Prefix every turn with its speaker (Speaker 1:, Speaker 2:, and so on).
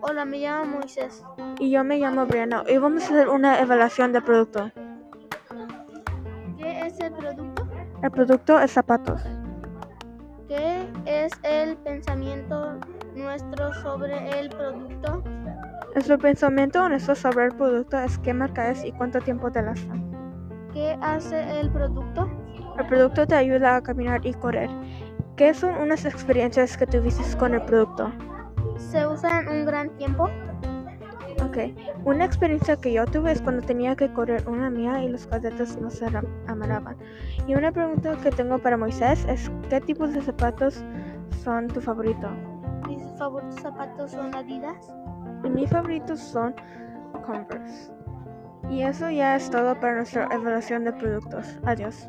Speaker 1: Hola, me llamo Moisés.
Speaker 2: Y yo me llamo Brianna y vamos a hacer una evaluación de producto.
Speaker 1: ¿Qué es el producto?
Speaker 2: El producto es zapatos.
Speaker 1: ¿Qué es el pensamiento nuestro sobre el producto?
Speaker 2: Nuestro pensamiento honesto sobre el producto es qué marca es y cuánto tiempo te lasta.
Speaker 1: ¿Qué hace el producto?
Speaker 2: El producto te ayuda a caminar y correr. ¿Qué son unas experiencias que tuviste con el producto?
Speaker 1: ¿Se usa en un gran tiempo?
Speaker 2: Ok, una experiencia que yo tuve es cuando tenía que correr una mía y los cadetes no se ra- amarraban. Y una pregunta que tengo para Moisés es, ¿qué tipos de zapatos son tu favorito?
Speaker 1: Mis favoritos zapatos son Adidas.
Speaker 2: Y mis favoritos son Converse. Y eso ya es todo para nuestra evaluación de productos. Adiós.